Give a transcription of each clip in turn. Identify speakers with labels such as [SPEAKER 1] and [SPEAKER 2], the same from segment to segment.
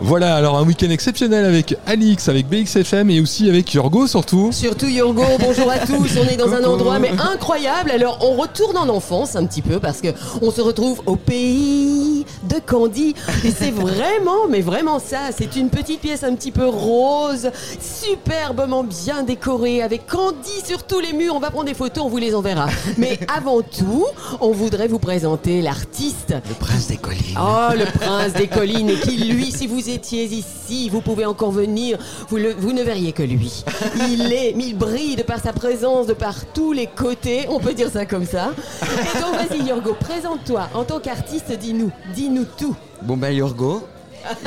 [SPEAKER 1] Voilà, alors un week-end exceptionnel avec Alix, avec BXFM et aussi avec Yorgo surtout.
[SPEAKER 2] Surtout Yorgo, bonjour à tous. On est dans un endroit mais incroyable. Alors on retourne en enfance un petit peu parce que on se retrouve au pays de Candy et c'est vraiment mais vraiment ça. C'est une petite pièce un petit peu rose, superbement bien décorée avec Candy sur tous les murs. On va prendre des photos, on vous les enverra. Mais avant tout, on voudrait vous présenter l'artiste
[SPEAKER 3] Le prince des collines.
[SPEAKER 2] Oh, le prince des collines, qui lui, si vous étiez ici, vous pouvez encore venir, vous, le- vous ne verriez que lui. Il est, mais il brille de par sa présence, de par tous les côtés, on peut dire ça comme ça. Et donc, vas-y, Yorgo, présente-toi. En tant qu'artiste, dis-nous, dis-nous tout.
[SPEAKER 3] Bon ben Yorgo,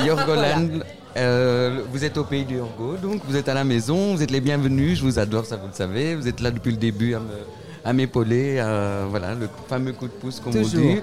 [SPEAKER 3] Yorgoland, euh, vous êtes au pays du Yorgo, donc vous êtes à la maison, vous êtes les bienvenus, je vous adore, ça vous le savez, vous êtes là depuis le début à, me- à m'épauler, euh, voilà, le fameux coup de pouce qu'on vous
[SPEAKER 2] Toujours.
[SPEAKER 3] dit.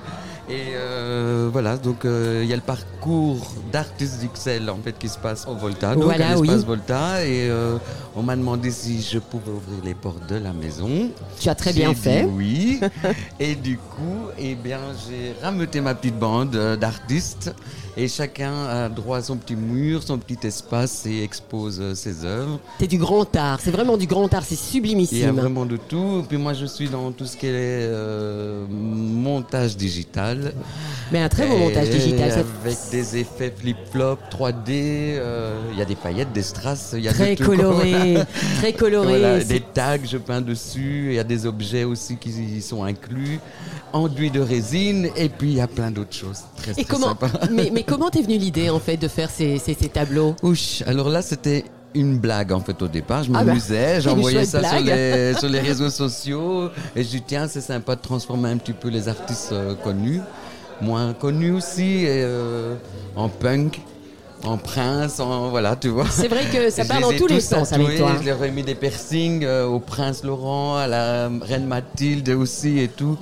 [SPEAKER 3] Et euh, voilà, donc euh, il y a le parcours d'artiste d'Uxelles en fait qui se passe au Volta, donc
[SPEAKER 2] Voilà,
[SPEAKER 3] à l'espace
[SPEAKER 2] oui.
[SPEAKER 3] Volta, et euh, on m'a demandé si je pouvais ouvrir les portes de la maison.
[SPEAKER 2] Tu as très
[SPEAKER 3] J'ai
[SPEAKER 2] bien
[SPEAKER 3] dit
[SPEAKER 2] fait.
[SPEAKER 3] Oui. et du coup, eh bien, j'ai rameuté ma petite bande euh, d'artistes et chacun a droit à son petit mur, son petit espace et expose euh, ses œuvres.
[SPEAKER 2] T'es du grand art, c'est vraiment du grand art, c'est
[SPEAKER 3] Il y a
[SPEAKER 2] sublimissime.
[SPEAKER 3] vraiment de tout. Puis moi, je suis dans tout ce qui est euh, montage digital.
[SPEAKER 2] Mais un très beau montage
[SPEAKER 3] Et
[SPEAKER 2] digital. ça-
[SPEAKER 3] Avec des effets flip-flop, 3D. euh, Il y a des paillettes, des strass. Il y a
[SPEAKER 2] Très
[SPEAKER 3] de tout, quoi.
[SPEAKER 2] coloré, très coloré.
[SPEAKER 3] Voilà,
[SPEAKER 2] c'est
[SPEAKER 3] des tags, je peins dessus, il y a des objets aussi qui y sont inclus, enduits de résine, et puis il y a plein d'autres choses. Très,
[SPEAKER 2] Et
[SPEAKER 3] très
[SPEAKER 2] comment,
[SPEAKER 3] sympa.
[SPEAKER 2] mais, mais comment t'es venue l'idée en fait de faire ces, ces- ces tableaux
[SPEAKER 3] Ouch, alors là c'était une blague en fait au départ, je
[SPEAKER 2] Ah bah,
[SPEAKER 3] m'amusais,
[SPEAKER 2] une
[SPEAKER 3] j'envoyais
[SPEAKER 2] chouette
[SPEAKER 3] ça sur
[SPEAKER 2] blague.
[SPEAKER 3] les, sur les réseaux sociaux, et je dis tiens c'est sympa de transformer un petit peu les artistes euh, connus, moins connus aussi, et, euh, en punk. En prince, en voilà, tu vois.
[SPEAKER 2] C'est vrai que ça
[SPEAKER 3] Je
[SPEAKER 2] part dans
[SPEAKER 3] ai
[SPEAKER 2] tous les sens hein,
[SPEAKER 3] tatoués,
[SPEAKER 2] avec toi.
[SPEAKER 3] Je leur ai mis des piercings euh, au prince Laurent, à la reine Mathilde aussi et tout.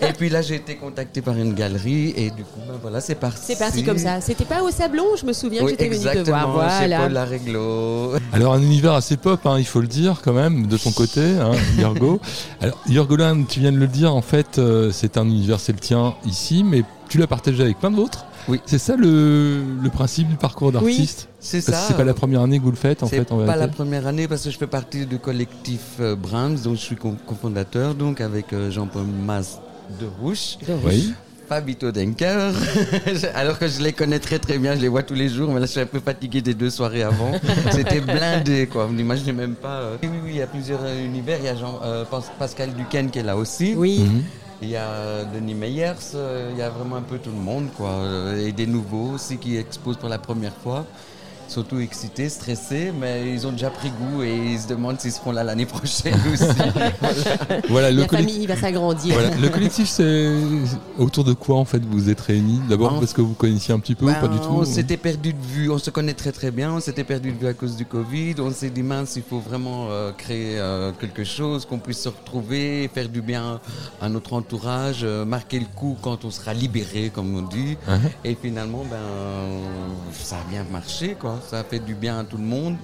[SPEAKER 3] et puis là, j'ai été contacté par une galerie et du coup, ben voilà, c'est parti.
[SPEAKER 2] C'est parti comme ça. C'était pas au Sablon, je me souviens
[SPEAKER 3] Oui,
[SPEAKER 2] que j'étais venue te voir.
[SPEAKER 3] exactement, chez Paul
[SPEAKER 2] Voilà.
[SPEAKER 3] la réglo.
[SPEAKER 1] Alors un univers assez pop, hein, il faut le dire quand même, de ton côté, hein, Yorgo. Alors Yorgolan, tu viens de le dire, en fait euh, c'est un univers, c'est le tien ici, mais tu l'as partagé avec plein d'autres.
[SPEAKER 3] Oui.
[SPEAKER 1] C'est ça le, le principe du parcours d'artiste
[SPEAKER 3] C'est
[SPEAKER 1] Parce
[SPEAKER 3] ça.
[SPEAKER 1] que c'est pas la première année que vous le faites en
[SPEAKER 3] C'est
[SPEAKER 1] fait en
[SPEAKER 3] pas la
[SPEAKER 1] vérité.
[SPEAKER 3] première année parce que je fais partie du collectif euh, Brahms, dont je suis co- cofondateur, donc avec euh, Jean-Paul Mas de Rouche.
[SPEAKER 1] Oui.
[SPEAKER 3] Fabito Denker. Alors que je les connais très très bien, je les vois tous les jours, mais là je suis un peu fatigué des deux soirées avant. C'était blindé quoi, vous n'imaginez même pas. euh. Oui, oui, oui, il y a plusieurs euh, univers, il y a Jean, euh, Pas- Pascal Duquesne qui est là aussi.
[SPEAKER 2] Oui.
[SPEAKER 1] Mhm.
[SPEAKER 3] Il y a euh, Denis Meyers, euh, il y a vraiment un peu tout le monde quoi. Euh, Et des nouveaux aussi qui exposent pour la première fois. Surtout excités, stressés, mais ils ont déjà pris goût et ils se demandent s'ils seront là l'année prochaine aussi.
[SPEAKER 1] Voilà, le
[SPEAKER 2] La
[SPEAKER 1] collectif.
[SPEAKER 2] famille va s'agrandir.
[SPEAKER 1] Voilà. Le collectif, c'est autour de quoi en fait vous êtes réunis D'abord
[SPEAKER 3] Bah, En-
[SPEAKER 1] parce que vous connaissiez un petit peu ou
[SPEAKER 3] Ben,
[SPEAKER 1] pas du tout
[SPEAKER 3] On s'était perdu de vue, on se connaît très très bien, on s'était perdu de vue à cause du Covid, on s'est dit mince, il faut vraiment euh, créer euh, quelque chose, qu'on puisse se retrouver, faire du bien à notre entourage, euh, marquer le coup quand on sera libéré, comme on dit.
[SPEAKER 1] Hein
[SPEAKER 3] Et finalement, ben, ça a bien marché, quoi. ça a fait du bien à tout le monde.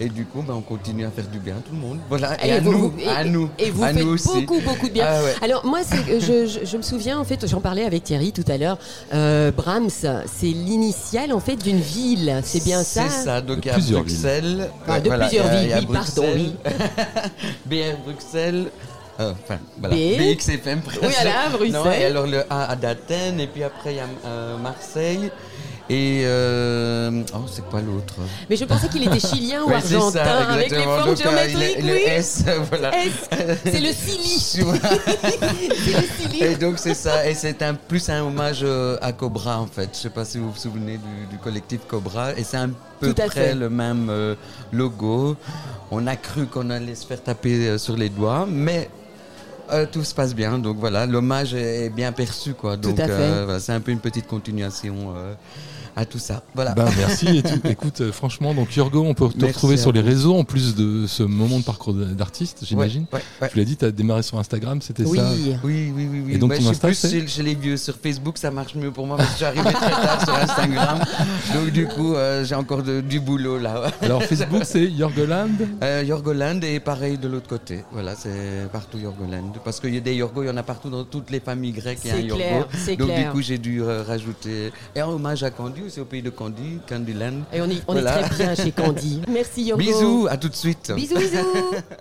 [SPEAKER 3] Et du coup, ben, on continue à faire du bien à tout le monde. Voilà, et, à,
[SPEAKER 2] Eh, vous-
[SPEAKER 3] nous,
[SPEAKER 2] vous- et-
[SPEAKER 3] à nous,
[SPEAKER 2] Et vous
[SPEAKER 3] à
[SPEAKER 2] faites
[SPEAKER 3] nous aussi.
[SPEAKER 2] beaucoup, beaucoup de bien.
[SPEAKER 3] Ah ouais.
[SPEAKER 2] Alors, moi, c'est que je, je, je me souviens, en fait, j'en parlais avec Thierry tout à l'heure. euh, Brahms, c'est l'initiale, en fait, d'une ville. C'est bien ça
[SPEAKER 3] C'est ça, donc
[SPEAKER 1] De
[SPEAKER 3] il y a
[SPEAKER 1] plusieurs villes.
[SPEAKER 3] Bruxelles.
[SPEAKER 2] Ah, de plusieurs villes, oui, pardon, oui.
[SPEAKER 3] BR Bruxelles. euh, Enfin, voilà.
[SPEAKER 2] B.
[SPEAKER 3] BXFM, presque.
[SPEAKER 2] Oui, voilà, Bruxelles.
[SPEAKER 3] Non, et alors le A à d'Athènes, et puis après il y a euh, Marseille. Et. euh, oh, c'est quoi l'autre
[SPEAKER 2] Mais je pensais qu'il était chilien ou
[SPEAKER 3] Ouais, c'est
[SPEAKER 2] argentin,
[SPEAKER 3] ça,
[SPEAKER 2] avec les
[SPEAKER 3] exactement.
[SPEAKER 2] formes
[SPEAKER 3] Donc, euh, il est-
[SPEAKER 2] géométriques,
[SPEAKER 3] le
[SPEAKER 2] oui.
[SPEAKER 3] S, voilà.
[SPEAKER 2] S. C'est le Silly.
[SPEAKER 3] Tu vois
[SPEAKER 2] C'est le Silly.
[SPEAKER 3] Et donc c'est ça, et c'est un plus un hommage euh, à Cobra en fait. Je sais pas si vous vous souvenez du, du collectif Cobra, et c'est un peu
[SPEAKER 2] Tout à
[SPEAKER 3] près
[SPEAKER 2] fait.
[SPEAKER 3] le même euh, logo. On a cru qu'on allait se faire taper euh, sur les doigts, mais euh, tout se passe bien. Donc voilà, l'hommage est, est bien perçu quoi. Donc
[SPEAKER 2] à fait.
[SPEAKER 3] euh, voilà, c'est un peu une petite continuation euh, à tout ça. Voilà.
[SPEAKER 1] Ben, merci. Et tout. Écoute, euh, franchement, donc Yorgo, on peut te
[SPEAKER 3] Merci
[SPEAKER 1] retrouver
[SPEAKER 3] à
[SPEAKER 1] sur les
[SPEAKER 3] vous.
[SPEAKER 1] réseaux en plus de ce moment de parcours de- d'artiste, j'imagine.
[SPEAKER 3] Ouais, ouais, ouais.
[SPEAKER 1] Tu l'as dit, tu as démarré sur Instagram, c'était
[SPEAKER 2] Oui.
[SPEAKER 1] ça
[SPEAKER 3] Oui, oui, oui, oui.
[SPEAKER 1] Et donc,
[SPEAKER 3] Ouais,
[SPEAKER 1] ton
[SPEAKER 3] je suis
[SPEAKER 1] Insta,
[SPEAKER 3] plus
[SPEAKER 1] c'est
[SPEAKER 3] chez, chez les vieux. Sur Facebook, ça marche mieux pour moi parce que j'arrive très tard sur Instagram. Donc, du coup, euh, j'ai encore de- du boulot là.
[SPEAKER 1] Alors Facebook, c'est Yorgoland.
[SPEAKER 3] Euh, Yorgoland et pareil de l'autre côté. Voilà, c'est partout Yorgoland. Parce qu'il y a des Yorgos, il y en a partout dans toutes les familles grecques. il y a
[SPEAKER 2] C'est
[SPEAKER 3] un
[SPEAKER 2] clair,
[SPEAKER 3] Yorgo.
[SPEAKER 2] c'est
[SPEAKER 3] Donc,
[SPEAKER 2] clair.
[SPEAKER 3] du coup, j'ai dû euh, rajouter. Et en hommage à Candy Dieu, c'est au pays de Candy, Candyland.
[SPEAKER 2] Et on, y- on
[SPEAKER 3] Voilà.
[SPEAKER 2] est très bien chez Candy. Merci Yoko.
[SPEAKER 3] Bisous, à tout de suite.
[SPEAKER 2] Bisous, bisous.